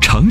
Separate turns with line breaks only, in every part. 长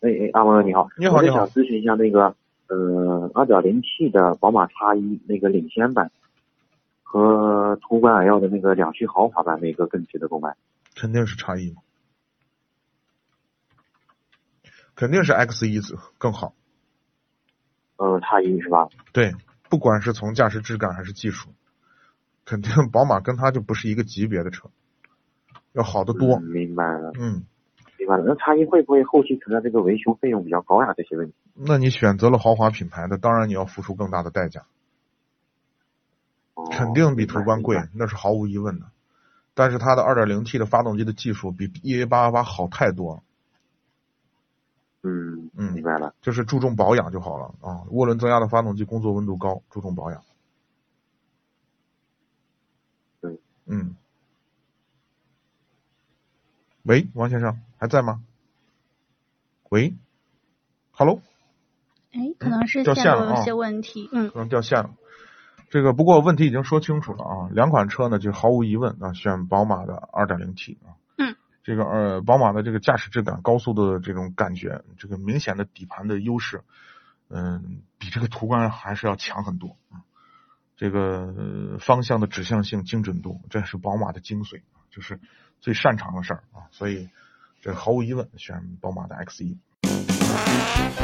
哎哎，阿文你好，
你好
我
你
就
好
想咨询一下那个，呃，二点零 T 的宝马叉一那个领先版和途观 L 的那个两驱豪华版，哪个更值得购买？
肯定是叉一嘛，肯定是 X 一更好。
嗯、呃，叉一是吧？
对，不管是从驾驶质感还是技术，肯定宝马跟它就不是一个级别的车，要好得多
嗯。明白了，
嗯，
明白了。那叉一会不会后期存在这个维修费用比较高呀、这些问题？
那你选择了豪华品牌的，当然你要付出更大的代价，
哦
肯定比途观贵
明白，
那是毫无疑问的。但是它的 2.0T 的发动机的技术比 EA888 好太多了，
嗯
嗯
明白了。
就是注重保养就好了啊。涡轮增压的发动机工作温度高，注重保养。
对，
嗯。喂，王先生还在吗？喂，Hello，
哎，可能是
掉
线
线
路
了
有
啊
些问题。嗯
可能掉线了。这个不过问题已经说清楚了啊，两款车呢就毫无疑问啊，选宝马的 2.0T 啊，
嗯，
这个呃宝马的这个驾驶质感、高速的这种感觉，这个明显的底盘的优势，嗯，比这个途观还是要强很多啊。这个呃方向的指向性、精准度，这是宝马的精髓，就是最擅长的事儿啊。所以这毫无疑问选宝马的 X 1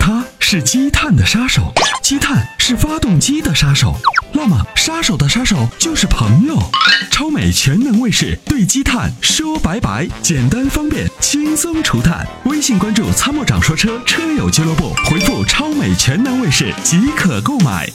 它是积碳的杀手，积碳是发动机的杀手。那么，杀手的杀手就是朋友。超美全能卫士对积碳说拜拜，简单方便，轻松除碳。微信关注“参谋长说车”车友俱乐部，回复“超美全能卫士”即可购买。